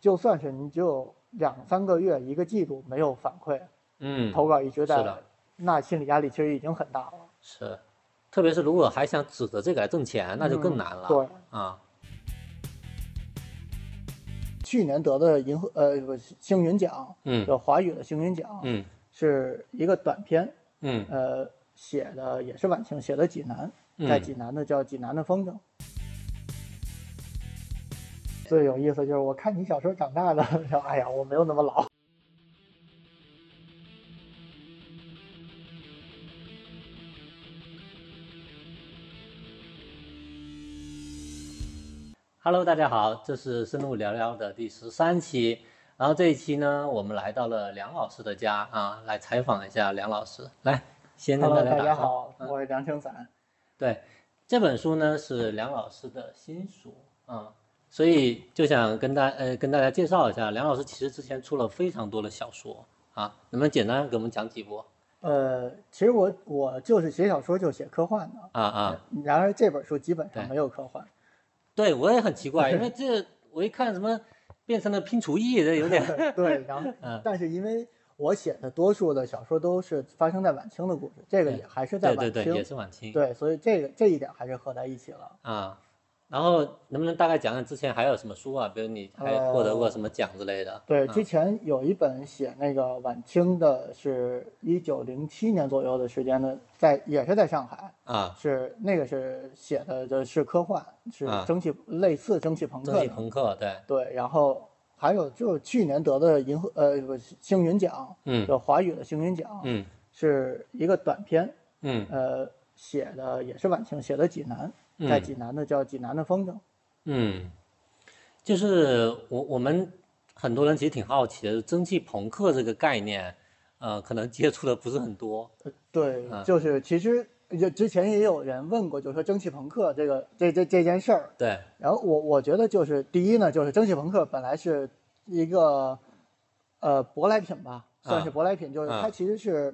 就算是你只有两三个月、一个季度没有反馈，嗯，投稿一直是在的，那心理压力其实已经很大了。是，特别是如果还想指着这个来挣钱，那就嗯更难了。对，啊，去年得的银河呃不是星云奖，嗯就华语的星云奖，嗯是一个短篇，嗯呃，写的也是晚清，写的济南，嗯在济南的叫《济南的风筝》。最有意思就是我看你小时候长大的， 然后哎呀，我没有那么老。 ，Hello，大家好，这是深入聊聊的第十三期。然后这一期呢，我们来到了梁老师的家啊，来采访一下梁老师。来，先跟 Hello，家大打家招呼。好，我是梁清散。对，这本书呢是梁老师的新书啊，所以就想跟大呃跟大家介绍一下，梁老师其实之前出了非常多的小说啊，能不能简单给我们讲几部呃，其实我我就是写小说，就写科幻的。啊啊？然而这本书基本上对没有科 幻，对，我也很奇怪，因为这我一看什么变成了拼厨艺，这有点对，然后嗯但是因为我写的多数的小说都是发生在晚清的故事，这个也还是在对晚对清，对，也是晚清对所以这个这一点还是合在一起了。啊。然后能不能大概讲讲之前还有什么书啊？比如你还呃获得过什么奖之类的？对，啊之前有一本写那个晚清的，是一九零七年左右的时间的，在也是在上海，啊，是那个是写的就是科幻，是啊蒸汽、类似蒸汽朋克蒸汽的，朋克，对，对，然后还有就是去年得的银河呃不是星云奖，嗯就华语的星云奖，嗯是一个短篇，嗯呃，写的也是晚清，写的济南，嗯在济南的叫《济南的风筝》。嗯，就是我我们很多人其实挺好奇的，蒸汽朋克这个概念，呃，可能接触的不是很多。对啊，就是其实就之前也有人问过，就说蒸汽朋克这个这这这件事儿，对，然后我我觉得就是第一呢，就是蒸汽朋克本来是一个呃舶来品吧，算是舶来品，就是啊它其实是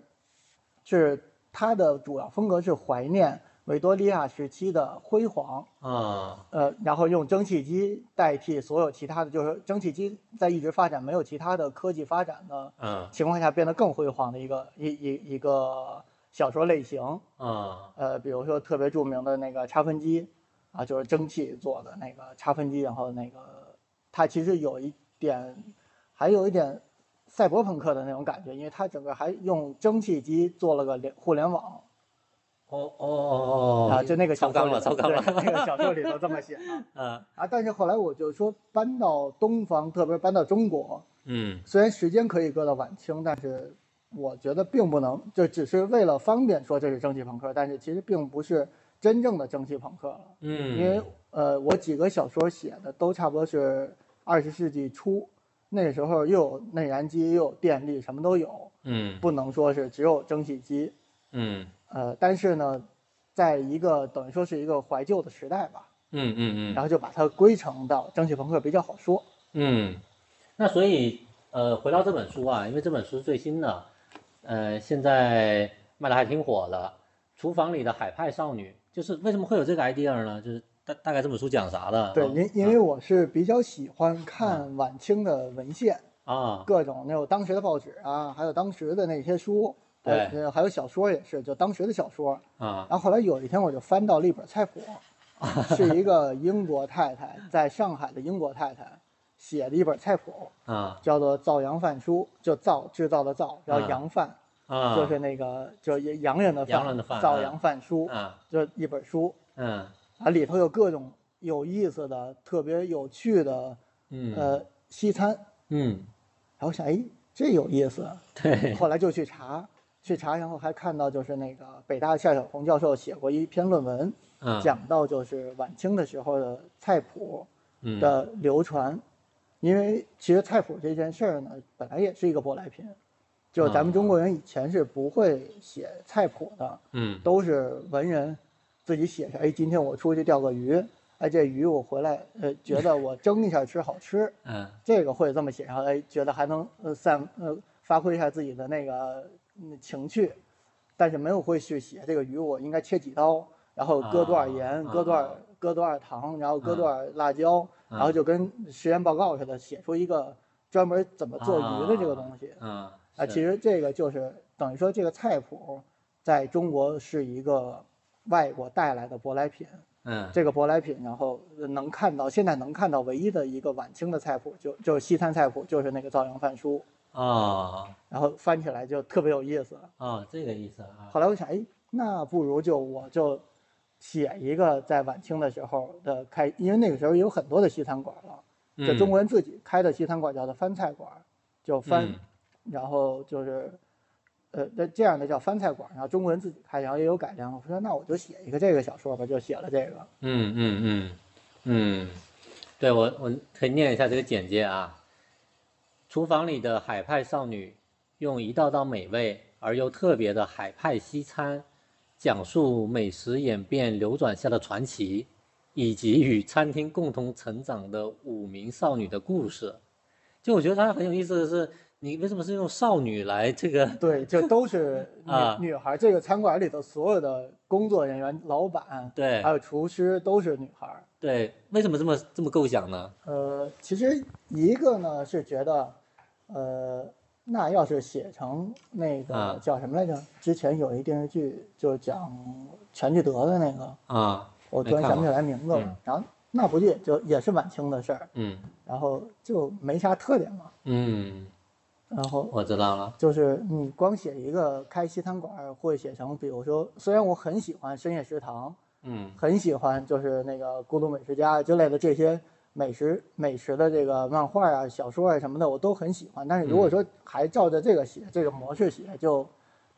是它的主要风格是怀念维多利亚时期的辉煌，啊、呃，然后用蒸汽机代替所有其他的，就是蒸汽机在一直发展没有其他的科技发展的嗯，情况下变得更辉煌的一个一一一个小说类型。啊、呃，比如说特别著名的那个插分机，啊，就是蒸汽做的那个插分机，然后那个它其实有一点，还有一点赛博朋克的那种感觉，因为它整个还用蒸汽机做了个联互联网哦哦哦哦，啊，就那个小说超纲里了，头超纲了，对那个小说里头这么写的嗯啊。但是后来我就说，搬到东方，特别是搬到中国，嗯虽然时间可以搁到晚清，但是我觉得并不能，就只是为了方便说这是蒸汽朋克，但是其实并不是真正的蒸汽朋克了。因为嗯呃，我几个小说写的都差不多是二十世纪初，那时候又有内燃机，又有电力，什么都有，嗯不能说是只有蒸汽机。嗯呃，但是呢，在一个等于说是一个怀旧的时代吧，嗯嗯然后就把它归成到蒸汽朋克比较好说。嗯，那所以呃，回到这本书啊，因为这本书是最新的，呃，现在卖的还挺火的，《厨房里的海派少女》，就是为什么会有这个 idea 呢？就是大大概这本书讲啥的？对，嗯因因为我是比较喜欢看晚清的文献，啊，各种那种当时的报纸啊，还有当时的那些书，对呃，还有小说也是，就当时的小说。啊，然后后来有一天我就翻到了一本菜 谱，是一个英国太太在上海的英国太太写的一本菜谱，啊，叫做《造洋饭书》，就造制造的造，然后啊洋饭、啊，就是那个就是洋人的饭，洋人的饭造嗯洋饭书，啊，就一本书，嗯啊里头有各种有意思的、特别有趣的嗯呃西餐，然嗯，后我想哎这有意思，对，后来就去查，去查，然后还看到就是那个北大夏小红教授写过一篇论文，啊，讲到就是晚清的时候的菜谱嗯的流传，因为其实菜谱这件事儿呢，本来也是一个舶来品，就咱们中国人以前是不会写菜谱的，啊嗯都是文人自己写上，哎，今天我出去钓个鱼，哎，这鱼我回来，呃，觉得我蒸一下吃好吃，嗯这个会这么写上，哎，觉得还能呃散呃发挥一下自己的那个嗯情趣，但是没有会去写这个鱼我应该切几刀，然后搁多少盐，啊嗯搁多少、啊搁多少糖，然后搁多少辣椒，然后就跟实验报告似的，写出一个专门怎么做鱼的这个东西。嗯啊，是其实这个就是等于说这个菜谱在中国是一个外国带来的舶来品，嗯这个舶来品，然后能看到现在能看到唯一的一个晚清的菜谱，就就是西餐菜谱，就是那个造阳饭书，哦然后翻起来就特别有意思。哦，这个意思啊，后来我想，哎，那不如就我就写一个在晚清的时候的开，因为那个时候也有很多的西餐馆了，嗯就中国人自己开的西餐馆叫做翻菜馆，就翻，嗯然后就是，呃，那这样的叫翻菜馆，然后中国人自己开，然后也有改良。我说那我就写一个这个小说吧，就写了这个。嗯嗯嗯嗯，对我我可以念一下这个简介啊。厨房里的海派少女用一道道美味而又特别的海派西餐，讲述美食演变流转下的传奇，以及与餐厅共同成长的五名少女的故事。就我觉得它很有意思的是，你为什么是用少女来这个？ 对，就都是女、啊女孩。这个餐馆里头所有的工作人员、老板，对还有厨师都是女孩。对，为什么这么这么构想呢？呃，其实一个呢是觉得，呃，那要是写成那啊个叫什么来着？之前有一电视剧就讲全聚德的那个，啊，我没突然看想不起过来名字嗯了。然后那不也就也是晚清的事儿，嗯然后就没啥特点嘛。嗯，然后我知道了。就是你光写一个开西餐馆儿，会写成，比如说，虽然我很喜欢深夜食堂，嗯很喜欢就是那个《孤独美食家》之类的这些美食美食的这个漫画啊、小说啊什么的，我都很喜欢。但是如嗯果说还照着这个写、这个模式写，就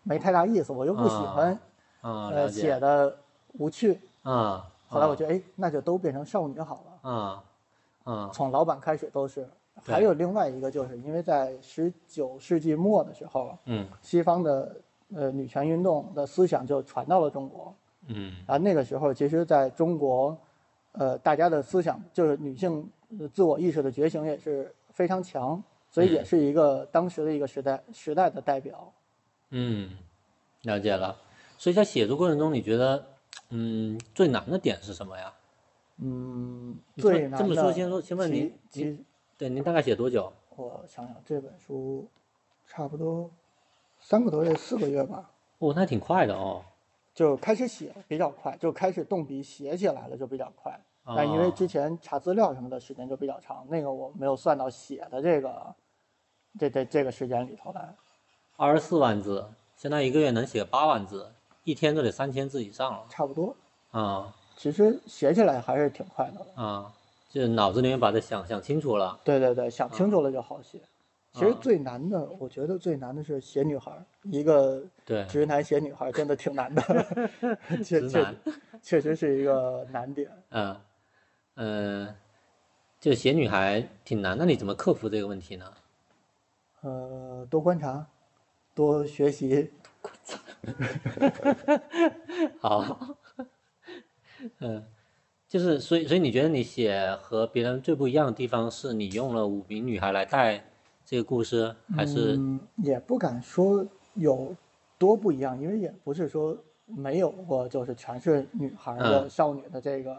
没太大意思，我就不喜欢、啊，了呃解写的无趣。啊。后来我就觉得，哎，那就都变成少女好了。啊啊从老板开始都是。对还有另外一个，就是因为在十九世纪末的时候，嗯西方的呃女权运动的思想就传到了中国。嗯然后那个时候，其实在中国，呃，大家的思想就是女性呃自我意识的觉醒也是非常强，所以也是一个当时的一个时代时代的代表。嗯，了解了。所以在写作过程中，你觉得嗯最难的点是什么呀？嗯，你说最难的这么说，先说，先问其您，其您对您大概写多久？我想想，这本书差不多三个多月、四个月吧。哦，那还挺快的哦。就开始写比较快，就开始动笔写起来了就比较快。但因为啊之前查资料什么的时间就比较长，那个我没有算到写的这个，这这这个时间里头来。二十四万字，相当于一个月能写八万字，一天都得三千字以上了。差不多。啊其实写起来还是挺快的。啊，就是脑子里面把它想想清楚了。对对对，想清楚了就好写。嗯其啊实最难的，我觉得最难的是写女孩儿，一个对，直男写女孩儿真的挺 难的，确直男确确实是一个难点。嗯嗯，就写女孩挺难，那你怎么克服这个问题呢？呃，多观察，多学习，好，嗯，就是所以所以你觉得你写和别人最不一样的地方是你用了五名女孩来带这个故事，还是嗯，也不敢说有多不一样，因为也不是说没有过，就是全是女孩的、嗯少女的这个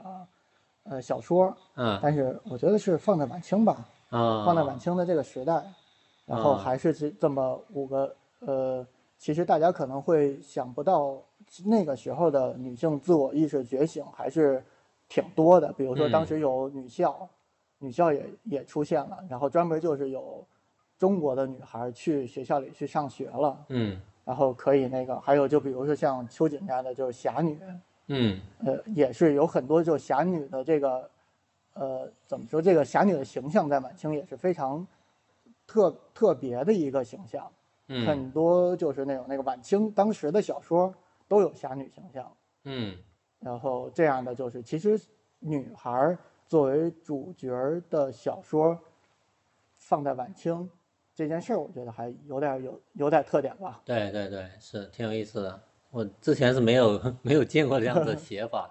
呃小说，嗯但是我觉得是放在晚清吧，啊放在晚清的这个时代，然后嗯还是这这么五个呃，其实大家可能会想不到那个时候的女性自我意识觉醒还是挺多的，比如说当时有女校，女校也也出现了，然后专门就是有中国的女孩去学校里去上学了，嗯然后可以那个，还有就比如说像秋瑾这样的就是侠女，嗯呃，也是有很多就侠女的这个，呃，怎么说这个侠女的形象在晚清也是非常特特别的一个形象，嗯很多就是那种那个晚清当时的小说都有侠女形象，嗯然后这样的就是其实女孩儿作为主角儿的小说放在晚清这件事儿，我觉得还有点儿有有点儿特点吧。对对对，是挺有意思的。我之前是没有没有见过这样子的写法，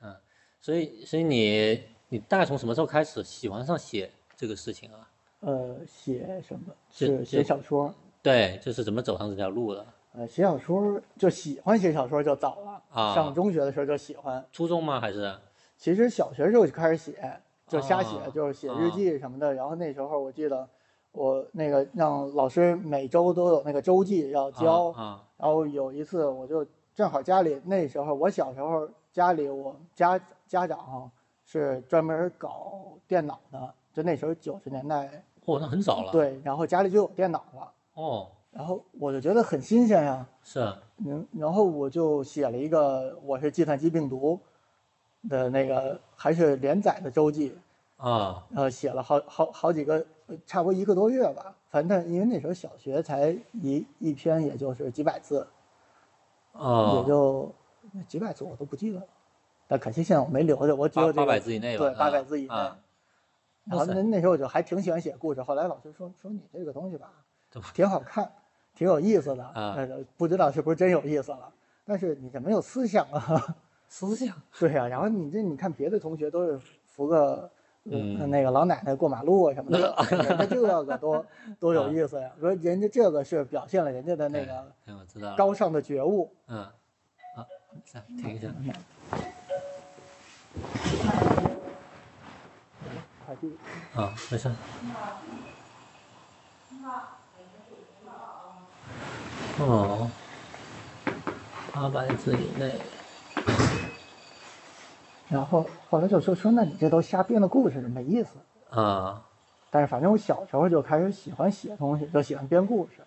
嗯，所以所以你你大概从什么时候开始喜欢上写这个事情啊？呃，写什么是是是写小说儿，对，就是怎么走上这条路的？呃，写小说儿就喜欢写小说儿就早了啊上中学的时候就喜欢。初中吗？还是其实小学时候就开始写，就瞎写啊，就是写啊日记什么的。然后那时候我记得我那个让老师每周都有那个周记要交，啊然后有一次我就正好家里那时候我小时候家里我家家长是专门搞电脑的，就那时候九十年代哦，那很早了，，对，然后家里就有电脑了，哦，然后我就觉得很新鲜呀、是啊，嗯，然后我就写了一个我是计算机病毒的那个，还是连载的周记，啊呃，写了好好好几个，呃差不多一个多月吧。反正因为那时候小学才一一篇，也就是几百字，也哦，就几百字我都不记得了。但可惜现在我没留着，我只有八这八个百字以内吧，对八百字以内。啊啊然后那那时候我就还挺喜欢写故事，后来老师说说你这个东西吧怎么，挺好看，挺有意思的，啊呃不知道是不是真有意思了，但是你这没有思想啊，思想，对呀、然后你这你看别的同学都是扶个。呃嗯那个老奶奶过马路啊什么 的，人家这个多多有意思呀！说人家这个是表现了人家的那对个啊哎，我知道了，高尚的觉悟，嗯，啊，再停一下，快递啊，没事。哦，八百字以内。然后后来就说说，那你这都瞎编的故事，没意思。啊，但是反正我小时候就开始喜欢写东西，就喜欢编故事。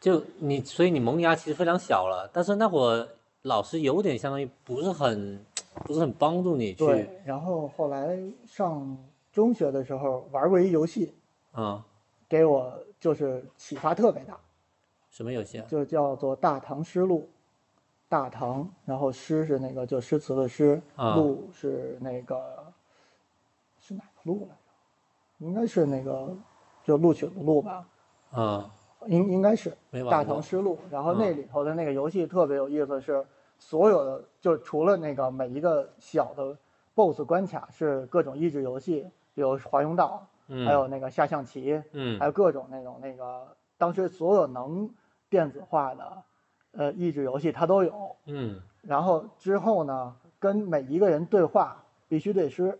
就你，所以你萌芽其实非常小了，但是那会儿老师有点相当于不是很，不是很帮助你去，对，然后后来上中学的时候玩过一游戏，啊，给我就是启发特别大，什么游戏啊？就叫做《大唐诗录》。大唐，然后诗是那个就诗词的诗，啊录是那个是哪个录来着？应该是那个就录取的录吧，啊，应应该是。没大玩唐过。诗录，然嗯后那里头的那个游戏特别有意思，是所有的就除了那个每一个小的 BOSS 关卡是各种益智游戏，比如华容道，还嗯有那个下象棋，嗯还有各种那种那个当时所有能电子化的呃益智游戏它都有。嗯，然后之后呢，跟每一个人对话必须得诗，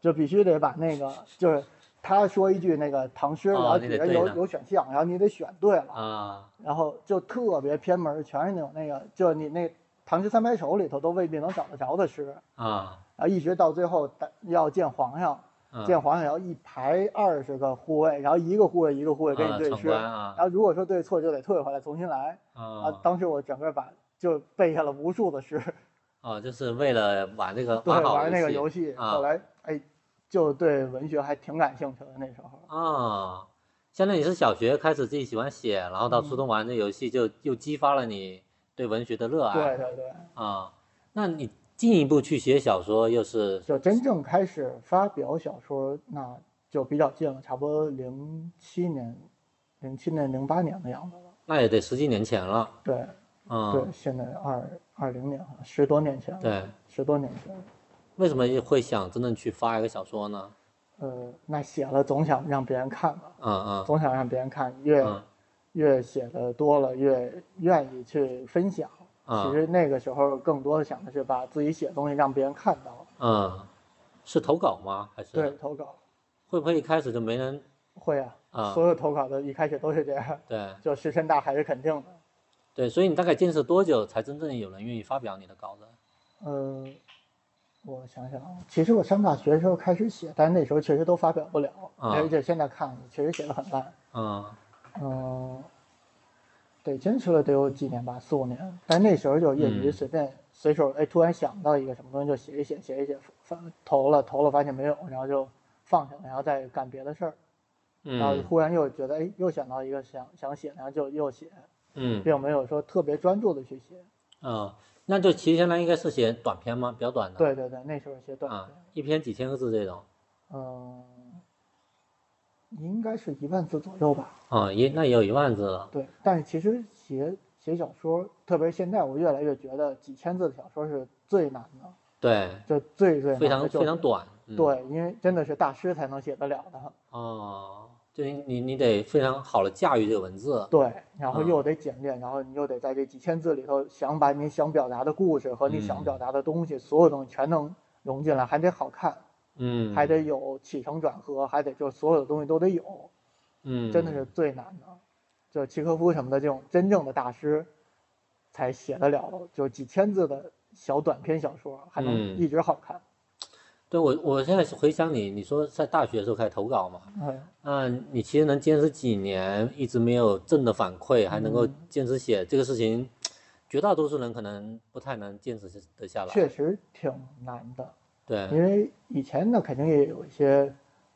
就必须得把那个就是他说一句那个唐诗，哦然后你底得下对有呢有选项，然后你得选对了。啊，然后就特别偏门儿，全是那种那个，就你那《唐诗三百首》里头都未必能找得着的诗，啊，然后一直到最后打要见皇上，啊见皇上要一排二十个护卫，然后一个护卫一个护卫跟你啊对闯诗，关然啊后如果说对错就得退回来重新来。啊啊，当时我整个把就背下了无数的诗，啊，就是为了玩这个对，好玩那个游游戏，啊后来哎，就对文学还挺感兴趣的那时候。啊，相当于是小学开始自己喜欢写，然后到初嗯中玩这游戏就又激发了你对文学的热对爱对对，啊。那你进一步去写小说，又是就真正开始发表小说，那就比较近了，差不多零七年、零七年、零八年的样子了。那也得十几年前了对啊。对，现在二二零年了，十多年前了，对，十多年前了。为什么会想真正去发一个小说呢？呃，那写了总想让别人看吧，嗯嗯总想让别人看，越、嗯越写的多了，越愿意去分享。其嗯实那个时候更多的想的是把自己写的东西让别人看到，嗯，是投稿吗？还是对，投稿会不会一开始就没人会啊，啊？所有投稿的一开始都是这样，对就石沉大海是肯定的。对，所以你大概坚持多久才真正有人愿意发表你的稿子？呃，我想想，啊，其实我上大学的时候开始写，但是那时候确实都发表不了，啊而且现在看确实写的很烂。嗯嗯、对，坚持了得有几年吧，四五年。但那时候就业余嗯随便随手哎，突然想到一个什么东西就写一写，写一写，反投了投了发现没有，然后就放下了，然后再干别的事儿。然后嗯忽然又觉得哎，又想到一个想想写，然后就又写，嗯。并没有说特别专注的去写。啊、那就其实相当于应该是写短篇吗？比较短的。对对对，那时候写短啊篇。，一篇几千个字这种。嗯，应该是一万字左右吧。啊，也那也有一万字了。对，但是其实写写小说，特别是现在，我越来越觉得几千字的小说是最难的，对，就最最难非的常就非常是短。嗯、。对，因为真的是大师才能写得了的。哦，就你你你得非常好的驾驭这个文字。对，然后嗯又得简练，然后你又得在这几千字里头，想把你想表达的故事和你想嗯表达的东西，所有东西全能融进来，还得好看。嗯，还得有起承转合，还得就所有的东西都得有，嗯，真的是最难的。就契诃夫什么的这种真正的大师，才写得了就几千字的小短篇小说，还能嗯一直好看。对我我现在回想你，你说在大学的时候开始投稿嘛，嗯，那你其实能坚持几年，一直没有正的反馈，还能够嗯坚持写这个事情，绝大多数人可能不太能坚持得下来。确实挺难的，对，因为以前呢肯定也有一些。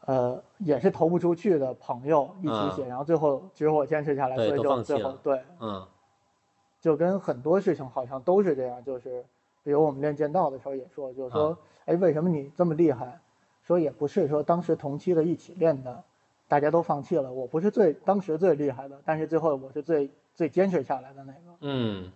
呃，也是投不出去的朋友一起写，然后最后只有我坚持下来，嗯对所以都就放弃最后了对，嗯就跟很多事情好像都是这样，就是比如我们练剑道的时候也说，就是嗯说，哎，为什么你这么厉害？说也不是说当时同期的一起练的，大家都放弃了，我不是最当时最厉害的，但是最后我是最最坚持下来的那个。嗯，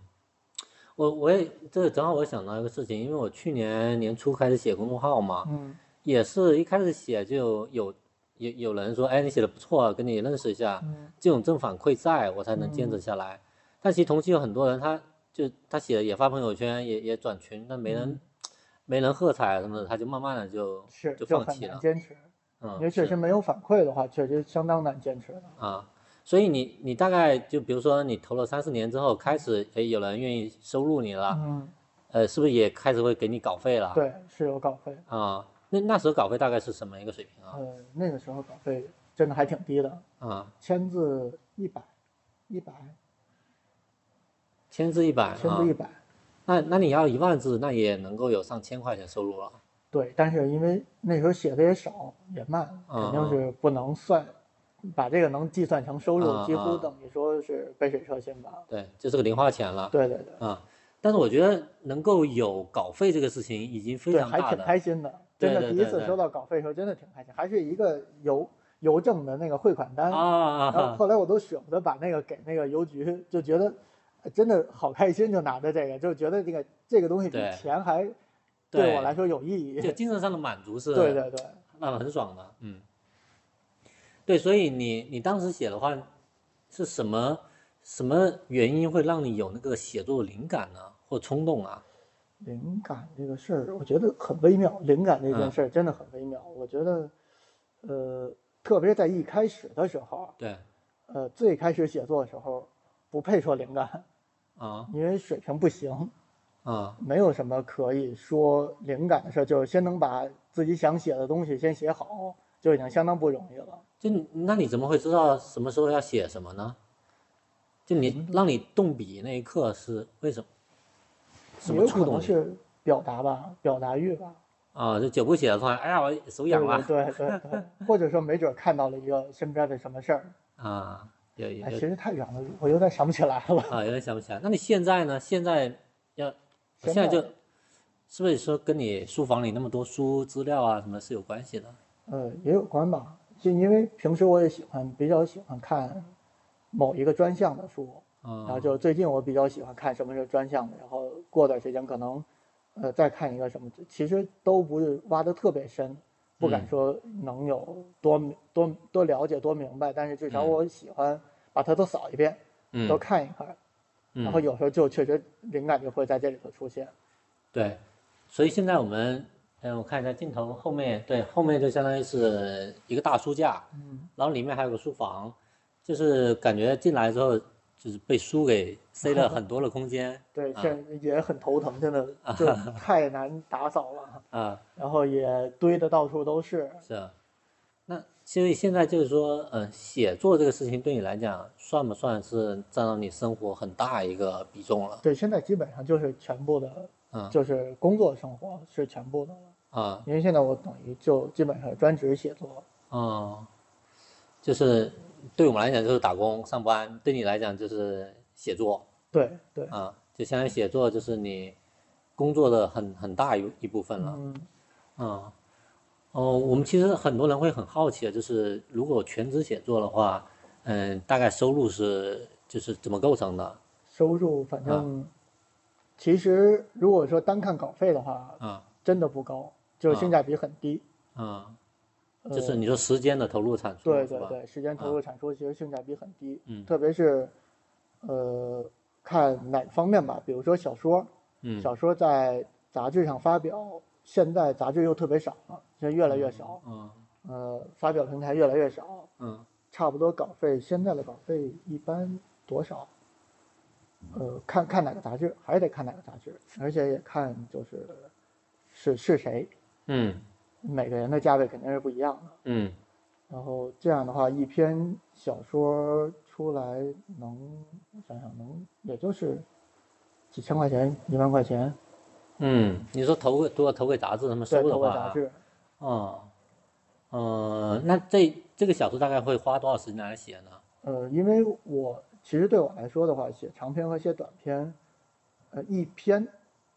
我我也这个正好我想到一个事情，因为我去年年初开始写公众号嘛，嗯也是一开始写就有有有人说，哎，你写的不错，跟你认识一下，嗯这种正反馈在我才能坚持下来。但其实同期有很多人，他就他写的也发朋友圈，也也转群，但没人、嗯没人喝彩什么的，他就慢慢的就是就就放很弃难了。坚持，嗯，因为确实是没有反馈的话，确实相当难坚持的。啊。所以你你大概就比如说你投了三四年之后，开始哎有人愿意收录你了，嗯，呃，是不是也开始会给你稿费了？对，是有稿费，啊，那那时候稿费大概是什么一个水平啊？呃，那个时候稿费真的还挺低的，啊，签字一百，一百，千字一百签啊字，一百。那那你要一万字，那也能够有上千块钱收入了。对，但是因为那时候写的也少也慢，肯嗯嗯定是不能算，把这个能计算成收嗯入，几乎嗯等于说是杯水车薪吧。对，就是个零花钱了。对对对，啊，但是我觉得能够有稿费这个事情已经非对，常还大挺的，开心的。真对的对第一对次对收到稿费的时候，真的挺开心，还是一个邮邮政的那个汇款单，啊然后啊后来我都舍不得把那个给那个邮局，就觉得呃真的好开心，就拿着这个，就觉得这个这个东西比对钱还对我来说有意义。就精神上的满足是对对对，让人很爽的，嗯，对，所以你你当时写的话，是什么什么原因会让你有那个写作灵感呢，或冲动啊？灵感这个事儿，我觉得很微妙。灵感这嗯件事儿真的很微妙。我觉得，呃，特别是在一开始的时候，对呃，最开始写作的时候，不配说灵感，啊因为水平不行，啊没有什么可以说灵感的事儿。就是先能把自己想写的东西先写好，就已经相当不容易了。就你那你怎么会知道什么时候要写什么呢？就你让你动笔那一刻是为什么？什也么有触可动能你是表达吧，表达欲吧。啊？就久不写了，突然哎呀我手对痒了对对对对，或者说没准儿看到了一个身边的什么事儿，啊，有有哎，有其实太远了，我有点想不起来了。啊，有点想不起来。那你现在呢？现在要，现在就是不是说跟你书房里那么多书资料啊什么是有关系的？呃，也有关吧，就因为平时我也喜欢比较喜欢看某一个专项的书，嗯，然后就最近我比较喜欢看什么是专项的，然后过段时间可能呃再看一个什么，其实都不是挖的特别深，不敢嗯说能有多明多多了解多明白，但是至少嗯我喜欢把它都扫一遍，嗯都看一看，嗯然后有时候就确实灵感就会在这里头出现。对，所以现在我们嗯，我看一下镜头后面，对，后面就相当于是一个大书架，嗯，然后里面还有个书房，就是感觉进来之后就是被书给塞了很多的空间对，啊这也很头疼，真 的就太难打扫了。啊。然后也堆得到处都是。是啊，那其实现在就是说，呃，写作这个事情对你来讲，算不算是占到你生活很大一个比重了？对，现在基本上就是全部的，嗯就是工作生活是全部的了。啊因为现在我等于就基本上专职写作，嗯，就是对我们来讲就是打工上班，对你来讲就是写作对对，啊，就相当于写作就是你工作的很很大一一部分了。嗯啊，哦，我们其实很多人会很好奇的，啊就是如果全职写作的话，嗯，大概收入是就是怎么构成的？收入反嗯正，其实如果说单看稿费的话，啊真的不高，就是性价比很低。啊。呃嗯就是你说时间的投入产出，对是对吧？对，时间投入产出其实性价比很低，嗯特别是，呃，看哪方面吧，比如说小说，嗯小说在杂志上发表，现在杂志又特别少了，现在越来越少，嗯呃，发表平台越来越少，嗯差不多稿费现在的稿费一般多少？呃，看看哪个杂志，还是得看哪个杂志，而且也看就是是是谁，嗯每个人的价位肯定是不一样的。嗯然后这样的话，一篇小说出来能，我想想能，也就是几千块钱、一万块钱，嗯，你说投给如果投给杂志他对，们收的投个话，杂志，嗯呃，那这这个小说大概会花多少时间来写呢？呃，因为我其实对我来说的话，写长篇和写短篇，呃，一篇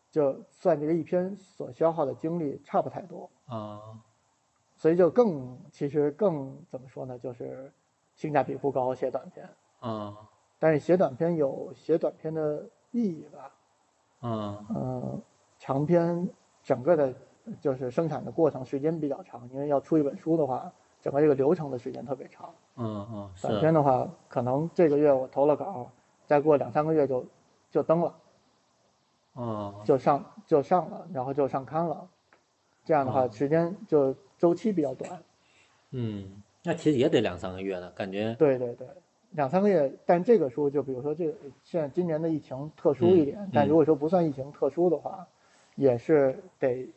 就算这个一篇所消耗的精力差不太多，啊所以就更其实更怎么说呢，就是性价比不高写短篇，啊但是写短篇有写短篇的意义吧，啊呃，长篇整个的就是生产的过程时间比较长，因为要出一本书的话，整个这个流程的时间特别长。嗯嗯是短篇的话，可能这个月我投了稿，再过两三个月就就登了，嗯就上就上了，然后就上刊了。这样的话，哦时间就周期比较短。嗯，那其实也得两三个月了，感觉对对对，两三个月。但这个书就比如说这个，现在今年的疫情特殊一点，嗯但嗯如果说不算疫情特殊的话，也是得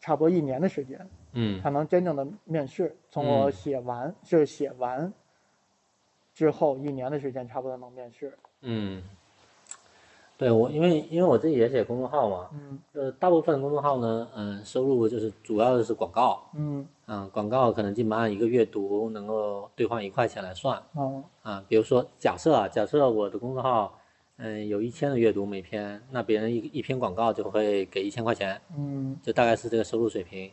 差不多一年的时间。嗯才能真正的面试。从我嗯写完，就是写完之后一年的时间，差不多能面试。嗯，对我因为因为我自己也写公众号嘛，嗯呃，大部分公众号呢，嗯、收入就是主要的是广告，嗯嗯、广告可能基本上一个阅读能够兑换一块钱来算，哦啊，比如说假设啊，假设我的公众号，嗯，有一千的阅读每篇，那别人一一篇广告就会给一千块钱，嗯就大概是这个收入水平。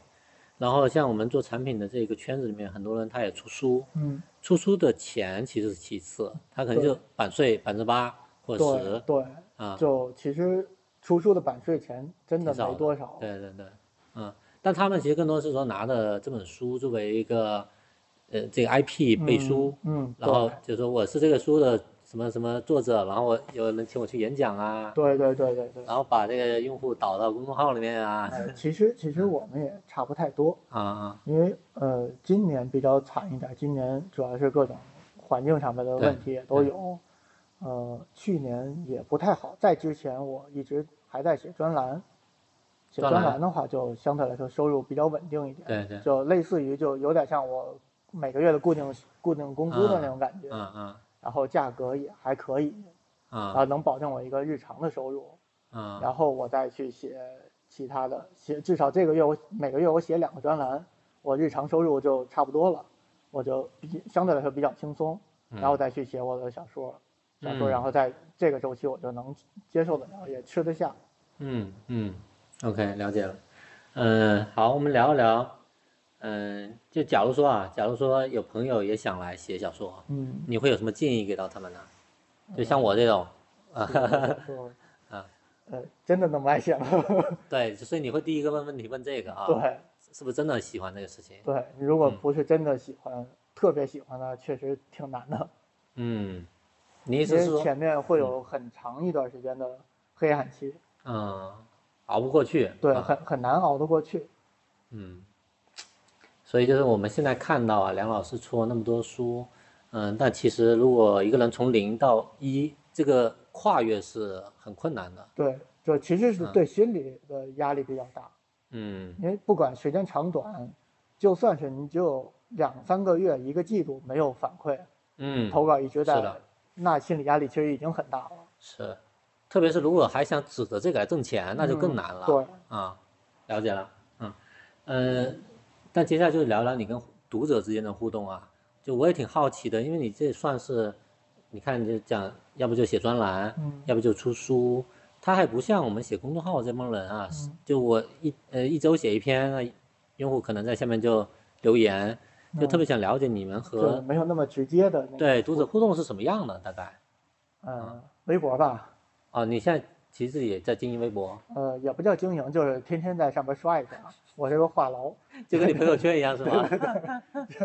然后像我们做产品的这个圈子里面，很多人他也出书，嗯，出书的钱其实是其次，他可能就版税百分之八或者对十对，啊，就其实出书的版税钱真的挺少没的多少。对对对，嗯，但他们其实更多是说拿着这本书作为一个呃这个 IP 背书，嗯，嗯，然后就说我是这个书的什么什么作者，然后我有人请我去演讲啊，对对对对对对。然后把这个用户导到公众号里面啊，哎，其实其实我们也差不太多，啊，因为呃，今年比较惨一点，今年主要是各种环境上面的问题也都有。呃，去年也不太好，在之前我一直还在写专栏，写专专栏栏的话就相对来说收入比较稳定一点，对对，就类似于就有点像我每个月的固定固定工资的那种感觉，嗯嗯然后价格也还可以，然嗯后能保证我一个日常的收入，嗯然后我再去写其他的，写至少这个月我每个月我写两个专栏，我日常收入就差不多了，我就比相对来说比较轻松，然后再去写我的小说，小说嗯然后在这个周期我就能接受得了，也吃得下。嗯嗯，OK，了解了。嗯，好，我们聊一聊。嗯，就假如说啊，假如说有朋友也想来写小说，嗯，你会有什么建议给到他们呢？就像我这种，说 啊，呃，真的那么爱写吗？ 对，所以你会第一个问问题问这个啊，对是不是真的喜欢这个事情？对，如果嗯不是真的喜欢，特别喜欢的，确实挺难的，嗯，你意因思是为说，前面会有很长一段时间的黑暗期，嗯，熬不过去，对，啊很很难熬得过去。嗯，所以就是我们现在看到啊，梁老师出了那么多书，嗯，但其实如果一个人从零到一，这个跨越是很困难的，对，就其实是嗯对心理的压力比较大，嗯因为不管时间长短，就算是你只有两三个月、一个季度没有反馈，嗯，投稿一直是在的，，那心理压力其实已经很大了。是，特别是如果还想指着这个来挣钱，那就更嗯难了，对，啊，了解了，嗯，呃，但接下来就聊聊你跟读者之间的互动啊，就我也挺好奇的，因为你这算是，你看你就讲，要不就写专栏，嗯要不就出书，他还不像我们写公众号这帮人啊，是嗯就我一呃一周写一篇，那用户可能在下面就留言，就特别想了解你们就和没有那么直接的那个。，对啊读者互动是什么样的，大概嗯，微博吧，啊，你现在其实自己也在经营微博，呃，也不叫经营，就是天天在上面刷一刷。我这个话痨，就跟你朋友圈一样是吧？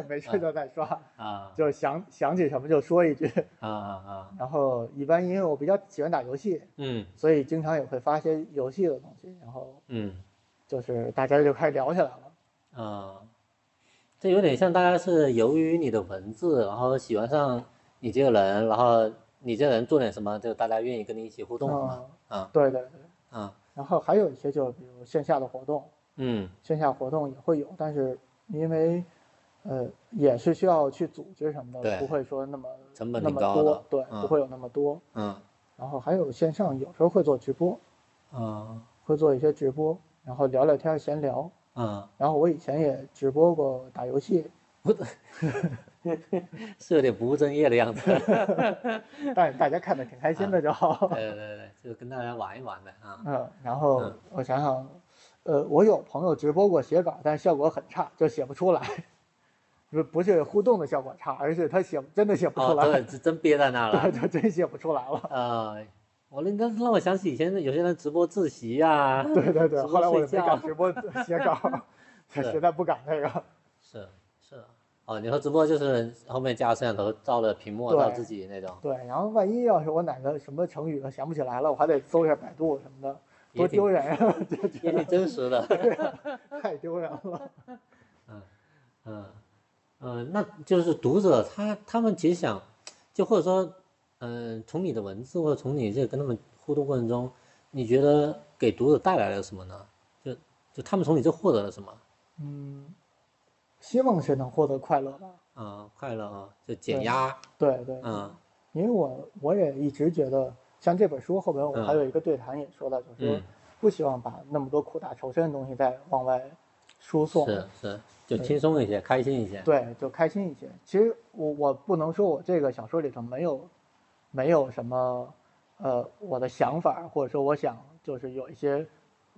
没嗯事就在刷，啊 就想想起什么就说一句。啊啊啊，然后一般因为我比较喜欢打游戏，嗯所以经常也会发一些游戏的东西，然后嗯。就是大家就开始聊起来了。啊，这有点像大家是由于你的文字，然后喜欢上你这个人，然后你这个人做点什么，就大家愿意跟你一起互动嘛。嗯，啊对对对。啊，然后还有一些就比如线下的活动，嗯线下活动也会有，但是因为呃也是需要去组织什么对的，不会说那么成本那挺么高多的，对，嗯不会有那么多。嗯然后还有线上有时候会做直播，嗯会做一些直播，然后聊聊天儿闲聊。嗯，然后我以前也直播过打游 戏，是有点不务正业的样 子。但是大家看的挺开心的就好。对对对，就跟大家玩一玩呗啊。 嗯，然后嗯我想想，呃，我有朋友直播过写稿，但效果很差，就写不出来， 不不是互动的效果差，而是他写真的写不出哦，来，对，真真憋在那了 对，。就真写不出来 了。啊，我那那让我想起以前有些人直播自习啊呀、 对对对，直播后来我也睡没觉敢直 播写稿，是实在不敢那 个。是是哦，你说直播就是后面加个摄像头照着屏幕对照自己 那种，对，然后万一要是我哪个什么成语都想不起来了，我还得搜一下百度什么的，多也挺丢人 啊！就也觉挺真实的。得太丢人了。嗯嗯，那就是读者他他们其实想，就或者说，嗯，从你的文字或者从你这个跟他们互动过程中，你觉得给读者带来了什么呢？就就他们从你这获得了什么？嗯，希望是能获得快乐吧。啊、快乐啊，就减对压，对对，嗯因为我我也一直觉得，像这本书后边我还嗯有一个对谈也说到，就是说嗯，不希望把那么多苦大仇深的东西再往外输送，是是，就对轻松一些，开心一些。对，就开心一些。其实我我不能说我这个小说里头没有没有什么呃我的想法儿，或者说我想就是有一些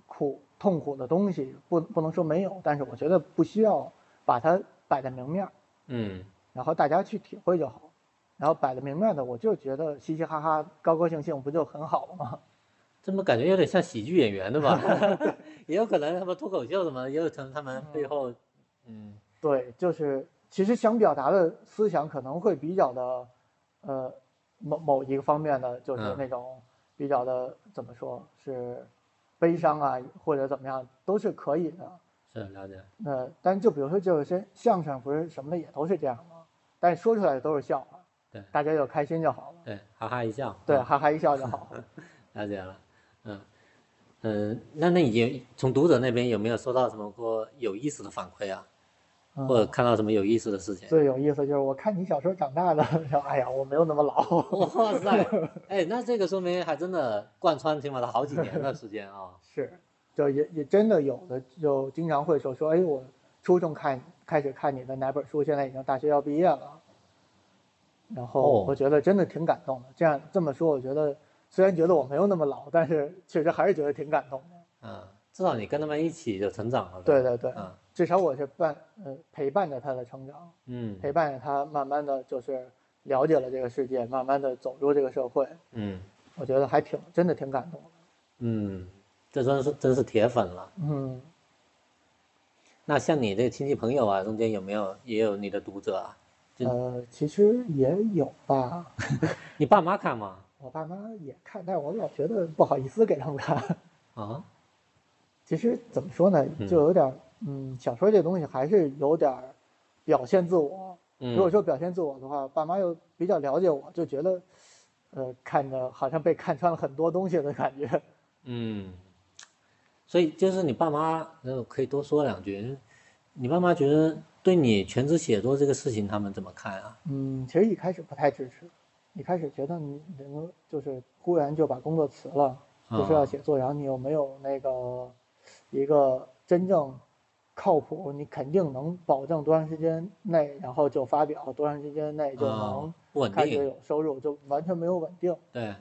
苦痛苦的东西，不不能说没有，但是我觉得不需要把它摆在明面儿，嗯。然后大家去体会就好。然后摆在明面儿的，我就觉得嘻嘻哈哈、高高兴兴不就很好了吗？ 这么感觉有点像喜剧演员的吧？也有可能他们脱口秀什么，也有可能他们背后，嗯对，就是其实想表达的思想可能会比较的，呃，某某一个方面的，就是嗯那种比较的怎么说是悲伤啊，或者怎么样都是可以的。嗯是了解，那、但就比如说就是些相声不是什么的也都是这样吗？但说出来的都是笑话，对大家就开心就好了，对，哈哈一笑，对，嗯哈哈一笑就好 了。了解了，嗯嗯，那那已经从读者那边有没有收到什么过有意思的反馈啊，嗯或者看到什么有意思的事情？ 最有意思就是我看你小时候长大的， 然后哎呀，我没有那么老。哇塞，哎，那这个说明还真的贯穿起码了好几年的时间啊、是，就也也真的有的就经常会说说，哎，我初中看开始看你的哪本书，现在已经大学要毕业了。然后哦我觉得真的挺感动的。这样这么说，我觉得虽然觉得我没有那么老，但是确实还是觉得挺感动的。嗯，至少你跟他们一起就成长了，对吧对对，嗯至少我是伴呃陪伴着他的成长，嗯陪伴着他慢慢的就是了解了这个世界，慢慢的走入这个社会，嗯我觉得还挺真的挺感动的。嗯，这真是真是铁粉了。嗯，那像你这亲戚朋友啊，中间有没有也有你的读者啊？就呃，其实也有吧，你爸妈看吗？我爸妈也看，但是我老觉得不好意思给他们看。啊，其实怎么说呢，就有点儿，嗯，小说这东西还是有点儿表现自我。嗯，如果说表现自我的话，爸妈又比较了解我，就觉得，呃，看着好像被看穿了很多东西的感觉。嗯，所以就是你爸妈，呃，可以多说两句。你爸妈觉得对你全职写作这个事情，他们怎么看啊？嗯，其实一开始不太支持，一开始觉得你能就是忽然就把工作辞了，嗯就是要啊写作，然后你有没有那个一个真正靠谱，你肯定能保证多长时间内，然后就发表，多长时间内就能啊，不稳开始定，有收入，就完全没有稳定。对，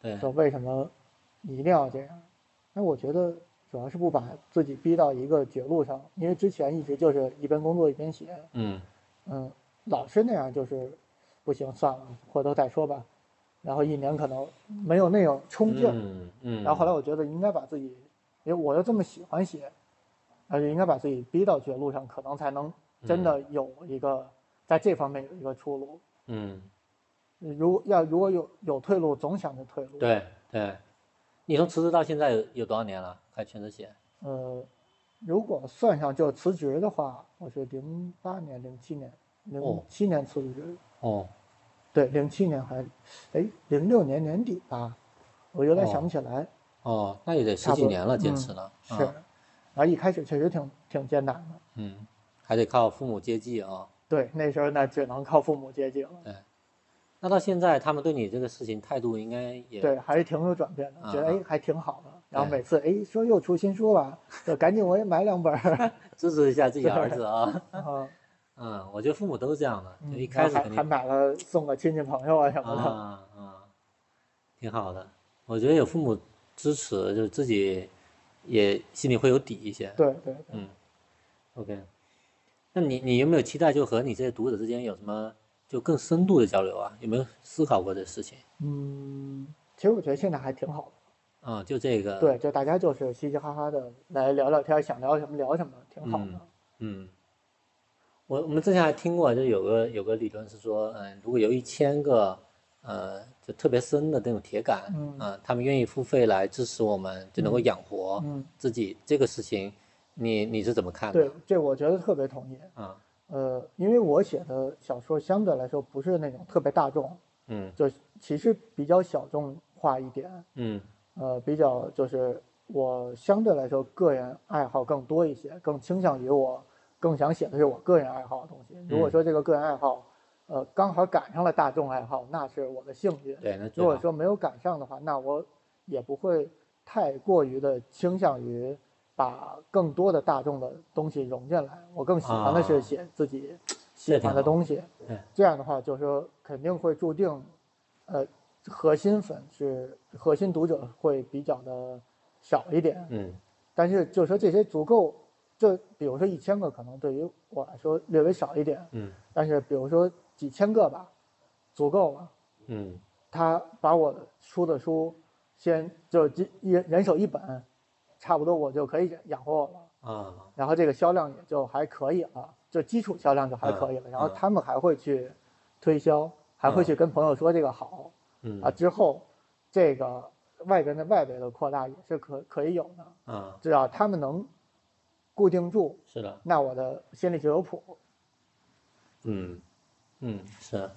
对，嗯说为什么一定要这样？那我觉得主要是不把自己逼到一个绝路上，因为之前一直就是一边工作一边写，嗯嗯，老是那样就是不行，算了，回头再说吧。然后一年可能没有那种冲劲儿。嗯嗯，然后后来我觉得应该把自己，因为我又这么喜欢写，那就应该把自己逼到绝路上，可能才能真的有一个、在这方面有一个出路。呃嗯，如果要如果有有退路，总想着退路。，对对，你从辞职到现在有有多少年了？还全职写？呃，如果算上就辞职的话，我是零八年、零七年、零哦七年辞职，哦，对，零七年还，哎，零六年年底吧，我有点想不起来。哦，那也得十差不几多年了，坚嗯持了，是，啊然后一开始确实挺挺艰难的，嗯，还得靠父母接济啊。对，那时候那只能靠父母接济了。那到现在，他们对你这个事情态度应该也对，还是挺有转变的，觉得啊哎还挺好的。然后对每次哎说又出新书了，就赶紧我也买两本儿。 支持一下自己儿子啊。然 后嗯，我觉得父母都是这样的，嗯就一然开后始还肯定还买了送给亲戚朋友啊什么的。啊啊，挺好的。我觉得有父母支持，就自己也心里会有底一些。 对对对， OK，那你你有没有期待就和你这些读者之间有什么就更深度的交流啊？有没有思考过这事情？嗯，其实我觉得现在还挺好的。啊，就这个，，对，就大家就是嘻嘻哈哈的来聊聊天，想聊什么聊什么，挺好的。嗯，我我们之前还听过，就有个有个理论是说，嗯、如果有一千个呃就特别深的那种铁杆，嗯啊他们愿意付费来支持我们，就能够养活嗯，自己，这个事情你你是怎么看的？对，这我觉得特别同意。啊，呃，因为我写的小说相对来说不是那种特别大众，嗯就其实比较小众化一点。嗯呃，比较就是我相对来说个人爱好更多一些，更倾向于我更想写的是我个人爱好的东西。如果嗯说这个个人爱好，呃，刚好赶上了大众爱好，那是我的幸运；对，那最如果好说没有赶上的话，那我也不会太过于的倾向于把更多的大众的东西融进来。我更喜欢的啊是写自己喜这挺欢的好东西。对这样的话，就是说肯定会注定，呃，核心粉是核心读者会比较的少一点。嗯但是就是说这些足够，就比如说一千个，可能对于我来说略微少一点，嗯但是比如说几千个吧，足够了。嗯他把我出的书先就一一人人手一本，差不多我就可以养活我了。啊然后这个销量也就还可以了，就基础销量就还可以了。嗯然后嗯他们还会去推销，还会去跟朋友说这个好嗯啊。之后这个外边的外围的扩大也是可可以有的，啊，只要他们能固定住，是的，那我的心里就有谱。嗯嗯是的，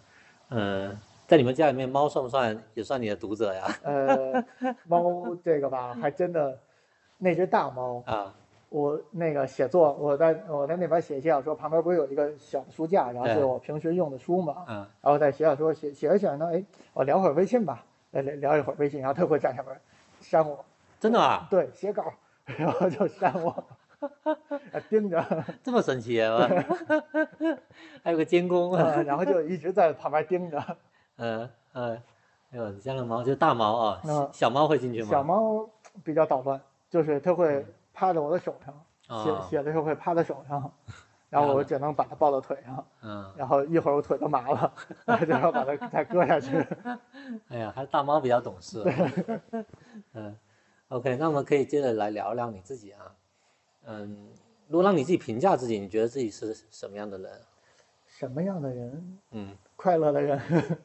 嗯，在你们家里面，猫算不算也算你的读者呀？ 呃，猫这个吧，还真的那只大猫，啊，我那个写作，我在我在那边写写小说，旁边不是有一个小的书架，然后是对我平时用的书嘛。啊，然后在学校说写写着写着呢，哎，我聊会儿微信吧，聊聊聊一会儿微信，然后他会站上面删我，真的啊，对，写稿， 然后就删我， 呃盯着、 这么神奇啊！ 还有个监工，呃然后就一直在旁边盯着。嗯嗯，哎呦，你家的猫就是大猫啊，嗯小小猫会进去吗？小猫比较捣乱，就是它会趴在我的手上，写嗯啊，写的时候会趴在手上，然后我只能把它抱到腿上，嗯，然后一会儿我腿都麻了， 然后把它再搁下去。哎呀，还是大猫比较懂事。嗯，OK，那我们可以接着来聊聊你自己啊。嗯，如果让你自己评价自己，你觉得自己是什么样的人？啊什么样的人？嗯快乐的人，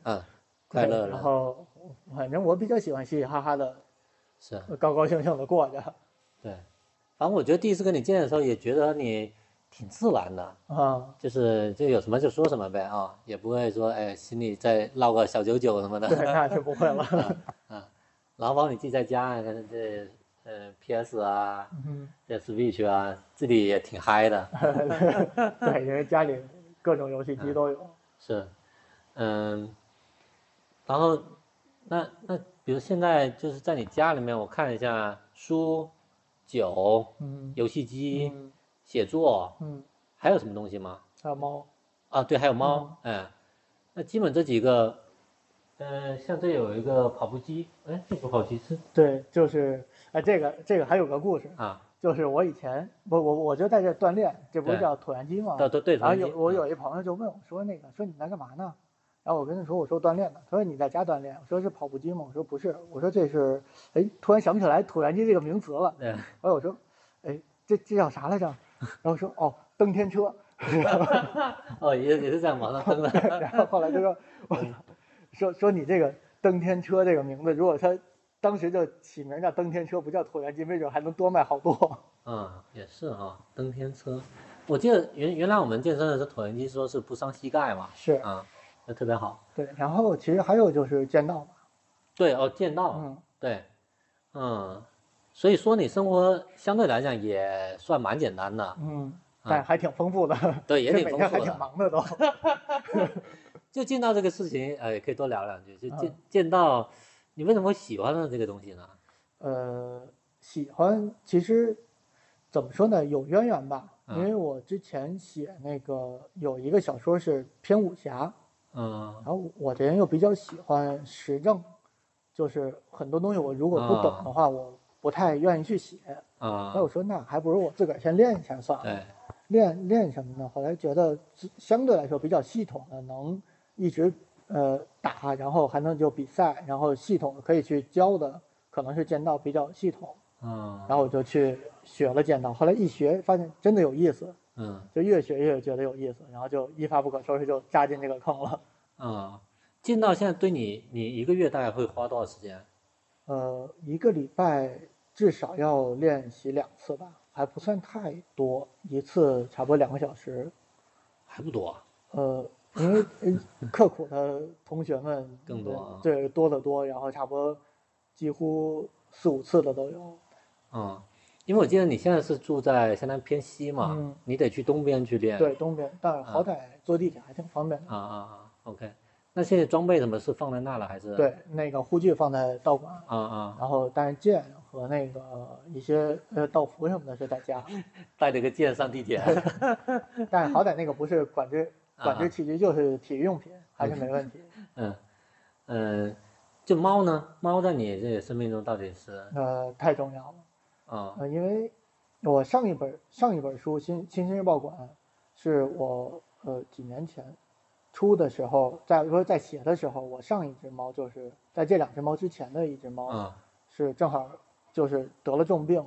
啊，快对乐然人后，反正我比较喜欢嘻嘻哈哈的是啊高高兴兴的过着对。反正我觉得第一次跟你见的时候，也觉得你挺自然的，啊。就是就有什么就说什么呗啊，也不会说哎心里再唠个小九九什么 的。对，那是不会了。然后包括你自己在家，这呃 PS 啊，嗯，这 Switch 啊，自己也挺嗨的。 对，因为家里各种游戏机都有。是，嗯，然后那那比如现在就是在你家里面，我看了一下书、酒、嗯游戏机、嗯写作，嗯，还有什么东西吗？还有猫，啊，对，还有猫，嗯哎，那基本这几个，呃，像这有一个跑步机，哎，这不跑步机是对，就是哎，这个这个还有个故事，啊，就是我以前不我我就在这锻炼，这不是对叫椭圆机吗？啊对对对，然后反啊有正也我有一朋友就问我说那个说你在干嘛呢？然后我跟他说我说锻炼呢。他说你在家锻炼？我说是跑步机吗？我说不是，我说这是哎，突然想不起来椭圆机这个名词了。对，哎，我说，哎，这这叫啥来着？然后说，哦，登天车。 哦，也也是在网上登的， 然后后来他说，我嗯 说说你这个登天车 这个名字，如果他当时就起名叫登天车，不叫椭圆机，没准还能多卖好多。啊，也是啊，登天车，我记得原原来我们健身的时候，椭圆机说是不伤膝盖嘛，是啊，那特别好。对。然后其实还有就是剑道吧，对哦，剑道，嗯，对，嗯，所以说你生活相对来讲也算蛮简单的，嗯，但还挺丰富的，对，啊也这嗯挺每丰天还富挺的。忙的都。就剑道这个事情，呃，也可以多聊两句。就剑嗯剑道，你为什么会喜欢上这个东西呢？呃，喜欢其实怎么说呢，有渊源吧，因嗯为我之前写那个有一个小说是偏武侠，嗯然后我这人又比较喜欢时政，就是很多东西我如果不懂的话，我不太愿意去写。啊那，我说那还不如我自个儿先练一下算了。对，练练什么呢？后来觉得自相对来说比较系统的，能一直呃打，然后还能就比赛，然后系统可以去教的，可能是剑道比较系统。嗯然后我就去学了剑道，后来一学发现真的有意思，嗯就越学越觉得有意思，然后就一发不可收拾就扎进这个坑了。嗯，剑道现在对你，你一个月大概会花多少时间？呃，一个礼拜至少要练习两次吧，还不算太多，一次差不多两个小时。还不多啊。呃，因 为呃刻苦的同学们更多啊对多得多，然后差不多几乎四五次的都有。嗯，因为我记得你现在是住在相当于偏西嘛，嗯你得去东边去练。对东边，但好歹坐地铁还挺方便的。嗯啊啊啊，OK。那现在装备什么是放在那了还是？。对，那个护具放在道馆，啊啊，然后但是剑和那个一些呃道服什么的是在家，带着个剑上地 铁。但是好歹那个不是管制管啊制器具，就是体育用品，还是没问题。嗯嗯，就猫呢？猫在你这个生命中到底是呃，太重要了，啊呃，因为我上一本上一本书《新新新日报馆》，是我呃几年前出的时候，在不是在写的时候，我上一只猫就是在这两只猫之前的一只猫，啊是正好就是得了重病，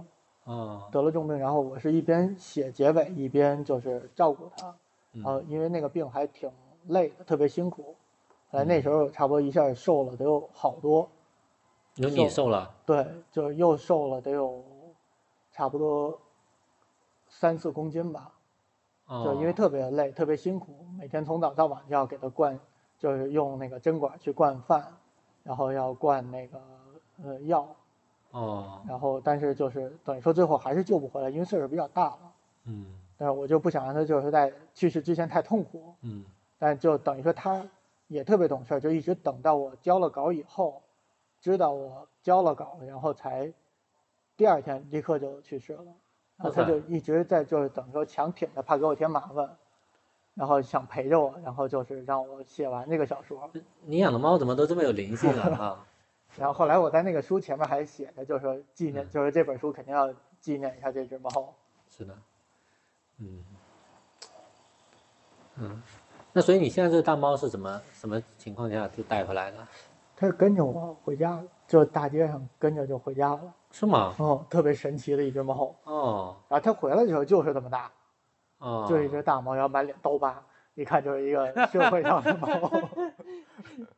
啊得了重病，然后我是一边写结尾一边就是照顾它，嗯呃，因为那个病还挺累的，特别辛苦。后来那时候差不多一下瘦了得有好多，有你瘦了对，就是又瘦了得有差不多三四公斤吧，啊？就因为特别累，特别辛苦，每天从早到晚就要给它灌，就是用那个针管去灌饭，然后要灌那个呃药，哦然后但是就是等于说最后还是救不回来，因为岁数比较大了。嗯但是我就不想让他就是在去世之前太痛苦，嗯但就等于说他也特别懂事儿，就一直等到我交了稿以后，知道我交了稿，然后才第二天立刻就去世了。然后他就一直在就是等于说强挺着，怕给我添麻烦，然后想陪着我，然后就是让我写完这个小说。你养的猫怎么都这么有灵性 啊？啊，然后后来我在那个书前面还写着，就是说纪念，就是这本书肯定要纪念一下这只猫。是的，嗯嗯，那所以你现在这个大猫是怎么什么情况下就带回来的？它是跟着我回家了，就大街上跟着就回家了。是吗？哦，特别神奇的一只猫。哦然后它回来的时候就是这么大，哦，就是一只大猫，然后满脸刀疤，一看就是一个社会上的猫。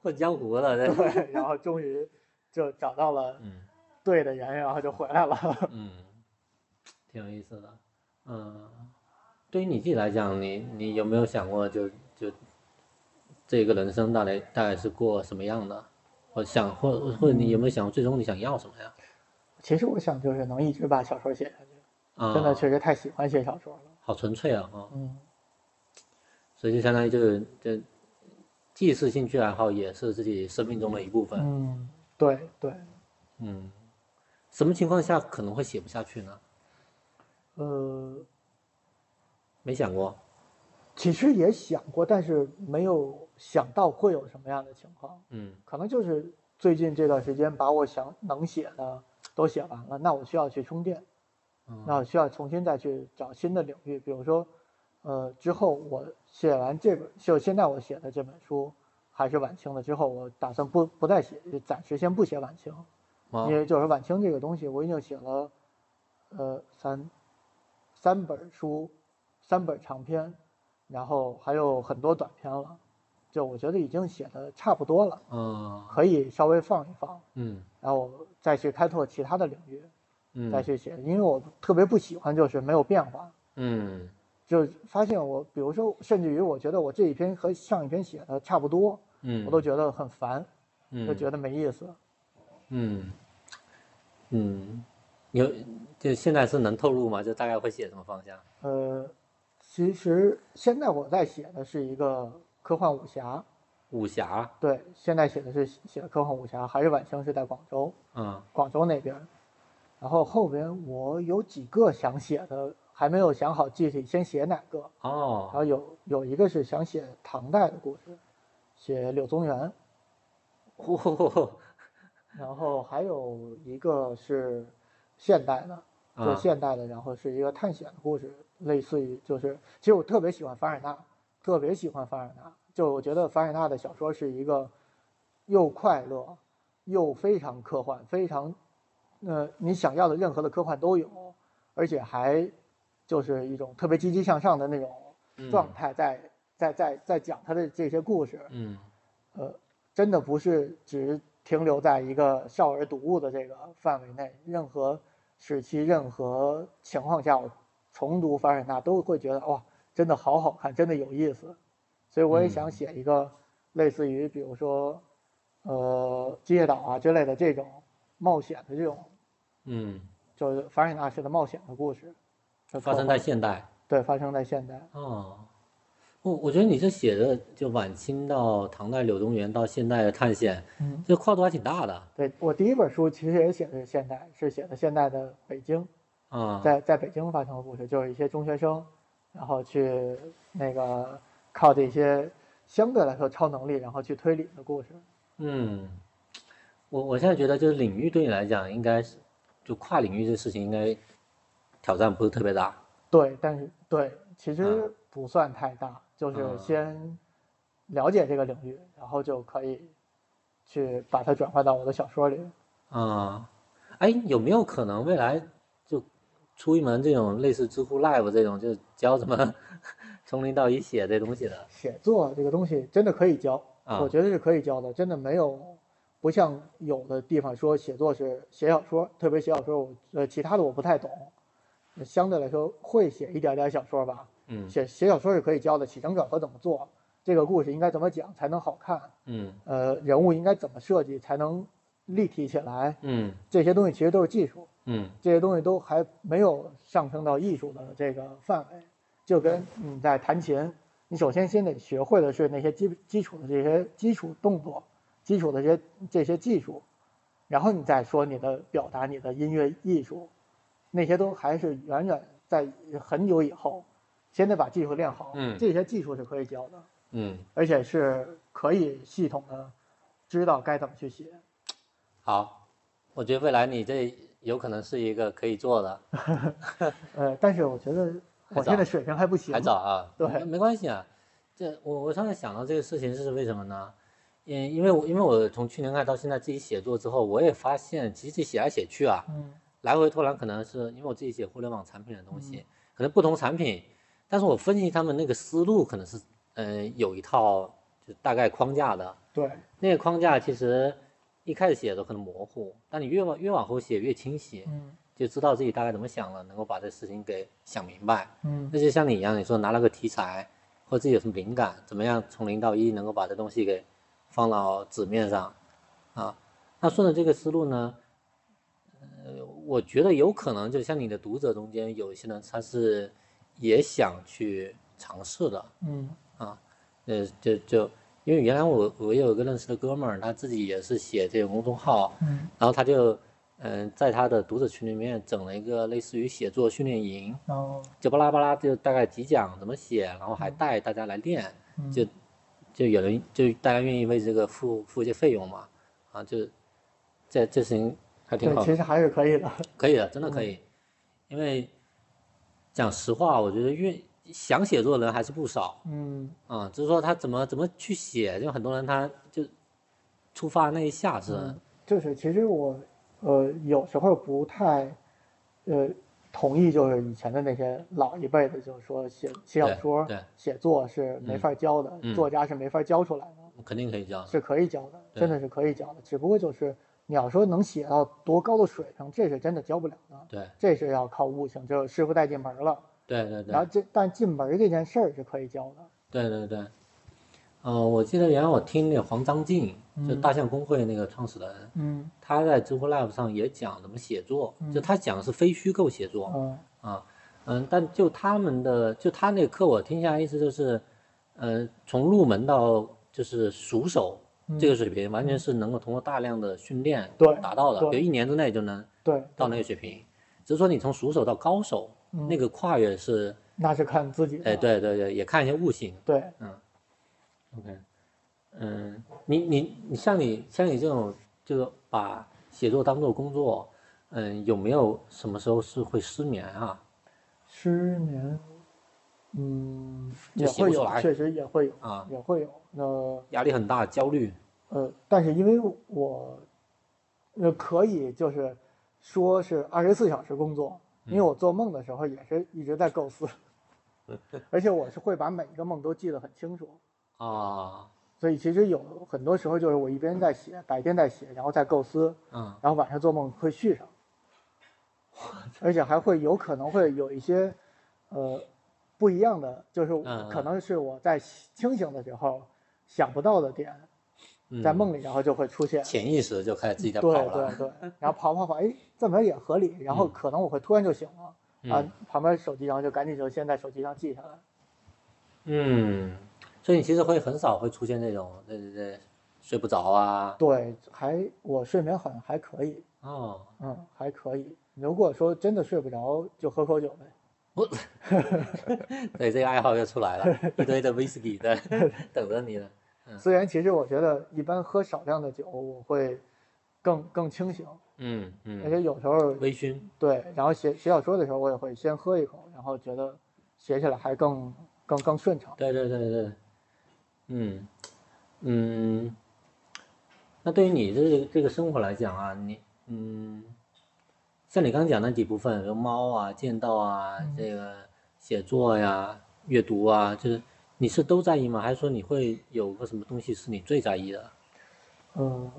混江湖 了，这对，然后终于就找到了嗯对的人，然后就回来了。 嗯，挺有意思的。嗯，对于你自己来讲，你你有没有想过就就这个人生大概大概是过什么样的？我想或或者你有没有想过最终你想要什么呀？其实我想就是能一直把小说写下去，啊，真的确实太喜欢写小说了。好纯粹啊！啊，嗯，所以就相当于就是这既是兴趣爱好，也是自己生命中的一部分。嗯，对对，嗯，什么情况下可能会写不下去呢？呃，没想过。其实也想过，但是没有想到会有什么样的情况。嗯可能就是最近这段时间把我想能写的都写完了，那我需要去充电，嗯那我需要重新再去找新的领域，比如说，呃，之后我写完这本，就现在我写的这本书还是晚清的，之后我打算不不再写，就暂时先不写晚清，哦因为就是晚清这个东西我已经写了，呃，三三本书，三本长篇，然后还有很多短篇了，就我觉得已经写的差不多了。嗯可以稍微放一放，嗯然后再去开拓其他的领域。嗯再去写，因为我特别不喜欢就是没有变化，嗯就发现我，比如说，甚至于我觉得我这一篇和上一篇写的差不多，嗯，我都觉得很烦，就嗯觉得没意思。嗯嗯，有就现在是能透露吗？就大概会写什么方向？呃，其实现在我在写的是一个科幻武侠，武侠，对，现在写的是写科幻武侠，还是晚生是在广州，嗯广州那边儿。然后后边我有几个想写的，还没有想好具体先写哪个。然哦后有有一个是想写唐代的故事，写柳宗元，呼呼呼呼，然后还有一个是现代的，就啊现代的，然后是一个探险的故事，类似于就是，其实我特别喜欢凡尔纳，特别喜欢凡尔纳，就我觉得凡尔纳的小说是一个又快乐又非常科幻，非常，呃，你想要的任何的科幻都有，而且还就是一种特别积极向上的那种状态在，在在在讲他的这些故事，嗯呃，真的不是只停留在一个少儿读物的这个范围内，任何时期、任何情况下，我重读凡尔纳都会觉得哇，真的好好看，真的有意思。所以我也想嗯写一个类似于，比如说，呃，《机械岛啊》之类的这种冒险的这种，嗯就是凡尔纳式的冒险的故事，嗯，发生在现代。对，发生在现代。哦，我我觉得你这写的就晚清到唐代柳宗元到现代的探险，嗯，这跨度还挺大的啊、对我第一本书其实也写的是现代，是写的现代的北京。啊在在北京发生的故事，就是一些中学生，然后去那个靠这些相对来说超能力，然后去推理的故事。嗯，我我现在觉得就是领域对你来讲应该是就跨领域这事情应该挑战不是特别大。对，但是对，其实嗯不算太大，就是嗯先了解这个领域，然后就可以去把它转化到我的小说里。啊，哎，有没有可能未来就出一门这种类似知乎 Live 这种，就教怎么 从零到一写这东西的？写作这个东西真的可以教，啊我觉得是可以教的，真的没有。不像有的地方说写作是写小说，特别写小说，我呃其他的我不太懂，相对来说会写一点点小说吧。嗯写写小说是可以教的，起承转合怎么做，这个故事应该怎么讲才能好看，嗯呃，人物应该怎么设计才能立体起来，嗯这些东西其实都是技术，嗯这些东西都还没有上升到艺术的这个范围，就跟你在弹琴，你首先先得学会的是那些基基础的这些基础动作，基础的这些这些技术，然后你再说你的表达、你的音乐艺术，那些都还是远远在很久以后，先得把技术练好。嗯这些技术是可以教的，嗯，而且是可以系统的知道该怎么去写。好，我觉得未来你这有可能是一个可以做的，呃，但是我觉得我还早现在水平还不行，还早 啊，对没没关系啊。这我我刚才想到这个事情是为什么呢？因因为我因为我从去年开始到现在自己写作之后，我也发现其实自己写来写去啊，嗯。来回拓展可能是因为我自己写互联网产品的东西，可能不同产品，但是我分析他们那个思路可能是，呃，有一套就大概框架的。对，那个框架其实一开始写的时候可能模糊，但你越往越往后写越清晰，嗯就知道自己大概怎么想了，能够把这事情给想明白。嗯那就像你一样，你说拿了个题材，或自己有什么灵感，怎么样从零到一能够把这东西给放到纸面上，啊，那顺着这个思路呢，呃，我觉得有可能就像你的读者中间有一些人他是也想去尝试的，嗯呃，就就因为原来我我有一个认识的哥们儿，他自己也是写这种公众号，嗯然后他就嗯、呃在他的读者群里面整了一个类似于写作训练营，然后就巴拉巴拉就大概几讲怎么写，然后还带大家来练，嗯就就有人就大家愿意为这个付付一些费用嘛，啊，就这这事情还挺对，好，其实嗯还是可以的。可以的，真的可以，因为讲实话，我觉得愿想写作的人还是不少嗯啊，只是说他怎么怎么去写，就很多人他就出发那一下是，嗯，就是其实我呃有时候不太呃同意，就是以前的那些老一辈的，就是说写写小对说、对写作是没嗯法教的，嗯作家是没法教出来的，肯定可以这样，是可以教的，对真的是可以教的，只不过就是你要说能写到多高的水平，这是真的教不了的，对这是要靠悟性，就是师傅带进门了。对对对然后这但进门这件事儿是可以教的。对对对。呃，我记得原来我听那个黄章进，就嗯大象公会那个创始人，嗯他在知乎 Live 上也讲怎么写作，就嗯他讲的是非虚构写作嗯啊，嗯，但就他们的就他那个课我听下来意思就是，呃，从入门到就是熟手这个水平，完全是能够通过大量的训练嗯对达到的，对比如一年之内就能对，到那个水平，只是说你从熟手到高手嗯那个跨越是，那是看自己的。哎，对对对，也看一些悟性对， ，OK，嗯，你你你像你像你这种就是把写作当做工作，嗯，有没有什么时候是会失眠啊？失眠，嗯，就也写会不出有来，确实也会有，啊，也会有。那压力很大，焦虑，呃，但是因为我，呃，可以就是说是二十四小时工作，因嗯为我做梦的时候也是一直在构 思，而且我是会把每一个梦都记得很清楚。啊，所以其实有很多时候就是我一边在写，白天在写，然后在构思，嗯，然后晚上做梦会续上，而且还会有可能会有一些，呃，不一样的，就是嗯可能是我在清醒的时候想不到的点，在嗯梦里然后就会出现。潜意识就开始自己在对跑了对，对， 然后跑跑跑，哎，这么也合理，然后嗯可能我会突然就醒了，嗯啊，旁边手机然后就赶紧就先在手机上记下来。嗯，所以你其实会很少会出现这种，对对对，睡不着啊，对，还我睡眠好像还可以，哦，嗯，还可以。如果说真的睡不着，就喝口酒呗。对，这个爱好又出来 了，一堆的 whisky 在 等着你呢。虽然其实我觉得一般喝少量的酒，我会更更清醒，嗯而嗯，且有时候微醺，对，然后写写小说的时候，我也会先喝一口，然后觉得写起来还更更更顺畅。对对对对，嗯嗯，那对于你这个这个生活来讲啊，你嗯，像你刚讲那几部分，比如猫啊、剑道啊、这个写作呀、阅读啊，就是你是都在意吗？还是说你会有个什么东西是你最在意的？嗯，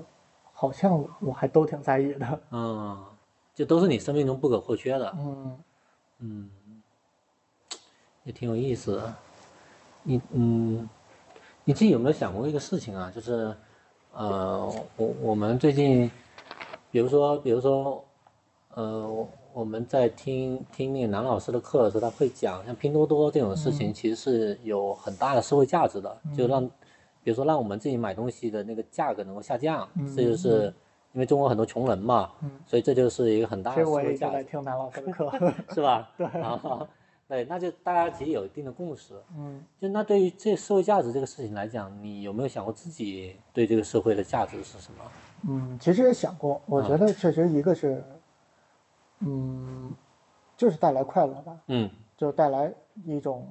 好像我我还都挺在意的。嗯，就都是你生命中不可或缺的。嗯，嗯，也挺有意思的。你嗯，你自己有没有想过一个事情啊？就是，呃，我我们最近，比如说，比如说，呃，我我们在听听那个男老师的课的时候，他会讲，像拼多多这种事嗯情，其实是有很大的社会价值的，就让，比如说让我们自己买东西的那个价格能够下降，这就是因为中国很多穷人嘛，嗯所以这就是一个很大其的实社我也会一直啊价值在。听南老师的课。是吧？对啊，对，那就大家其实有一定的共识。 嗯，就那对于这社会价值这个事情来讲，你有没有想过自己对这个社会的价值是什么？ 嗯，其实也想过，我嗯觉得确实一个是，嗯，就是带来快乐吧，嗯就带来一种，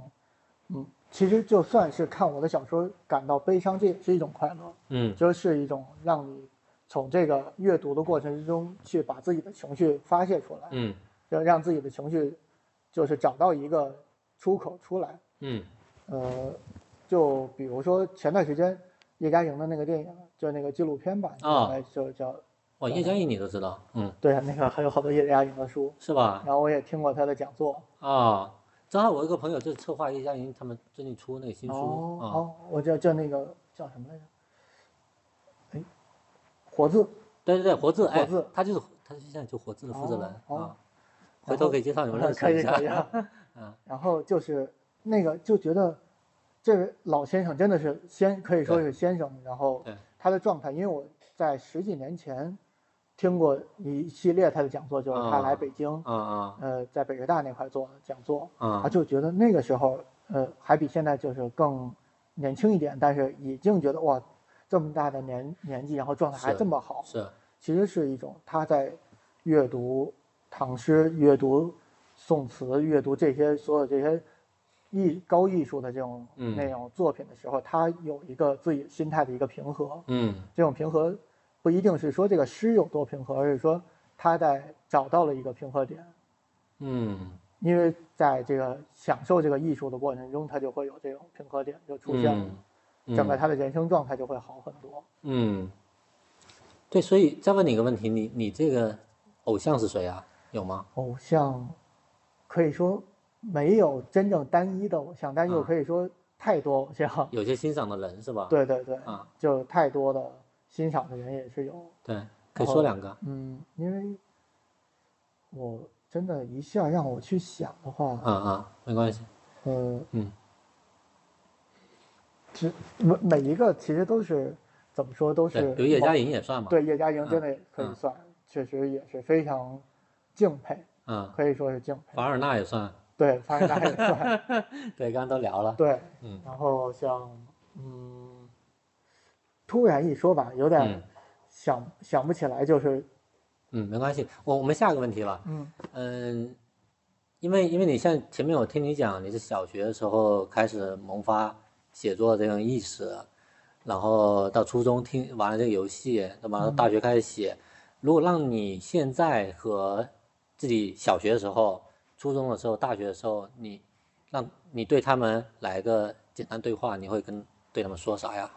嗯，其实就算是看我的小说感到悲伤，这也是一种快乐，嗯就是一种让你从这个阅读的过程之中去把自己的情绪发泄出来，嗯让让自己的情绪就是找到一个出口出来。嗯呃，就比如说前段时间叶嘉莹的那个电影，就那个纪录片版，啊哎就叫哇，叶嘉莹你都知道，嗯，对啊，那个还有好多叶嘉莹的书，是吧？然后我也听过她的讲座。啊，正好我有一个朋友就是策划叶嘉莹他们最近出那个新书哦啊，哦，我叫叫那个叫什么来着？哎，活字，对对对，活字，哎活字，他就是他现在就活字的负责人哦哦啊，回头可以介绍你们认 可识一以下嗯可以。 啊。然后就是那个就觉得这位老先生真的是先可以说是先生，然后对他的状态，因为我在十几年前听过一系列他的讲座，就是他啊来北京，啊啊呃，在北师大那块做的讲座，他啊，就觉得那个时候，呃，还比现在就是更年轻一点，但是已经觉得哇，这么大的年年纪，然后状态还是这么好，是，其实是一种他在阅读唐诗、阅读宋词、阅读这些所有这些艺高艺术的这种、嗯那种作品的时候，他有一个自己心态的一个平和。嗯这种平和不一定是说这个诗有多平和，而是说他在找到了一个平和点。嗯因为在这个享受这个艺术的过程中，他就会有这种平衡点就出现了，嗯，整个嗯他的人生状态就会好很多。嗯，对，所以再问你一个问题，你你这个偶像是谁啊？有吗？偶像可以说没有真正单一的偶像，但又啊可以说太多偶像。 有些欣赏的人是吧？对对对，啊，就太多的欣赏的人也是有。对，可以后说两个嗯，因为我真的一下让我去想的话，啊啊，没关系。呃，嗯，只每每一个其实都是怎么说都对是，比如叶嘉某莹也算嘛？，对叶嘉莹真嗯的也可以嗯算，确实也是非常敬佩，嗯，可以说是敬佩。凡尔纳也算。对，反正大家也算 对，刚刚都聊了。对，嗯然后像嗯，突然一说吧，有点嗯想、想不起来，就是嗯，没关系。我我们下一个问题了。嗯嗯，因为因为你像前面我听你讲，你是小学的时候开始萌发写作这种意识，然后到初中听玩了这个游戏，那么到大学开始写。如果让你现在和自己小学的时候、初中的时候、大学的时候，你让你对他们来个简单对话，你会跟对他们说啥呀？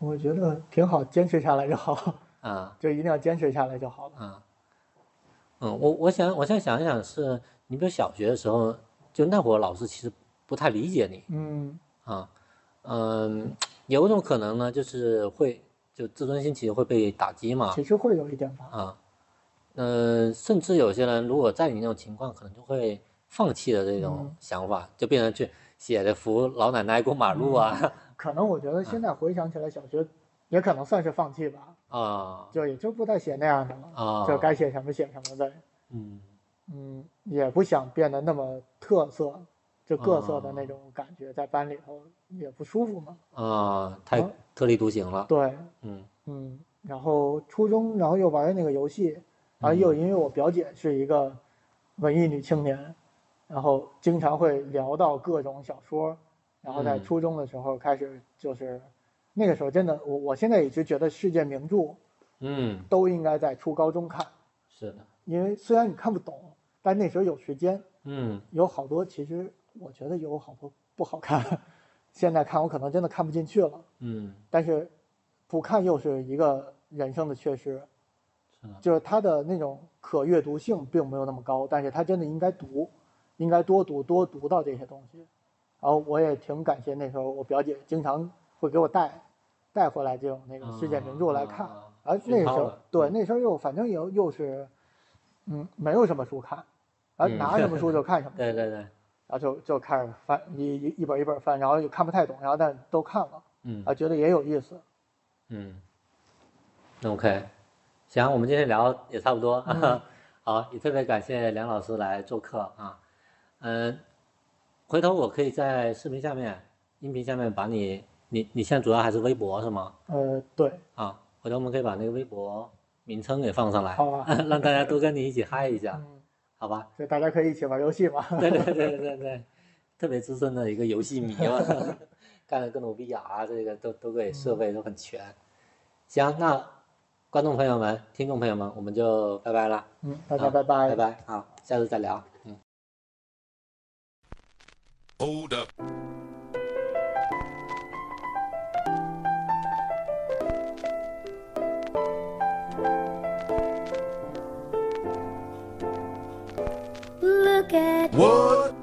我觉得挺好，坚持下来就好， 啊、就一定要坚持下来就好了。啊，嗯，我我想我现在想一想是，你比如小学的时候，就那会儿老师其实不太理解你嗯啊，嗯，有一种可能呢，就是会就自尊心其实会被打击嘛其实会有一点吧，啊，嗯，甚至有些人如果在你那种情况，可能就会放弃了这种嗯想法，就变成去写着扶老奶奶过马路啊可能我觉得现在回想起来，小学也可能算是放弃吧， 啊就也就不再写那样的了，啊，嗯就该写什么写什么呗。嗯嗯，也不想变得那么特色，就各色的哦那种感觉，在班里头也不舒服嘛。啊，太好特立独行了，哦对，嗯嗯，然后初中，然后又玩那个游戏，然后嗯又因为我表姐是一个文艺女青年，然后经常会聊到各种小说，然后在嗯初中的时候开始就是，那个时候真的，我我现在一直觉得世界名著嗯，都应该在初高中看，是的，因为虽然你看不懂，但那时候有时间，嗯。有好多其实我觉得有好多不好看，现在看我可能真的看不进去了，嗯，但是不看又是一个人生的缺失。是的，就是它的那种可阅读性并没有那么高，但是它真的应该读，应该多读多读到这些东西。然后我也挺感谢那时候我表姐经常会给我带带回来这种那个世界名著来看。啊啊而熏那时陶候了对嗯那时候又反正又又是，嗯，没有什么书看，然后嗯拿什么书就看什么书，对对对，然后就就开始翻一一一本一本翻，然后又看不太懂，然后但都看了嗯啊，觉得也有意思。嗯，OK，行，我们今天聊也差不多，嗯好，也特别感谢梁老师来做客啊，嗯，回头我可以在视频下面、音频下面把你，你你现在主要还是微博是吗？呃，对，啊，回头我们可以把那个微博名称给放上来，好 啊吧让大家都跟你一起嗨一下，嗯，好吧？所以大家可以一起玩游戏嘛。 对对对对对对，特别资深的一个游戏迷嘛，干了各种 VR，这啊个都都给设备都很全。行，那观众朋友们、听众朋友们，我们就拜拜了，嗯，大家啊拜拜。拜拜，好，下次再聊，嗯。 Hold up. Look at What?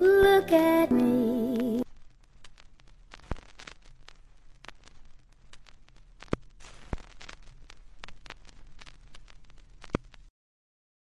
look at me.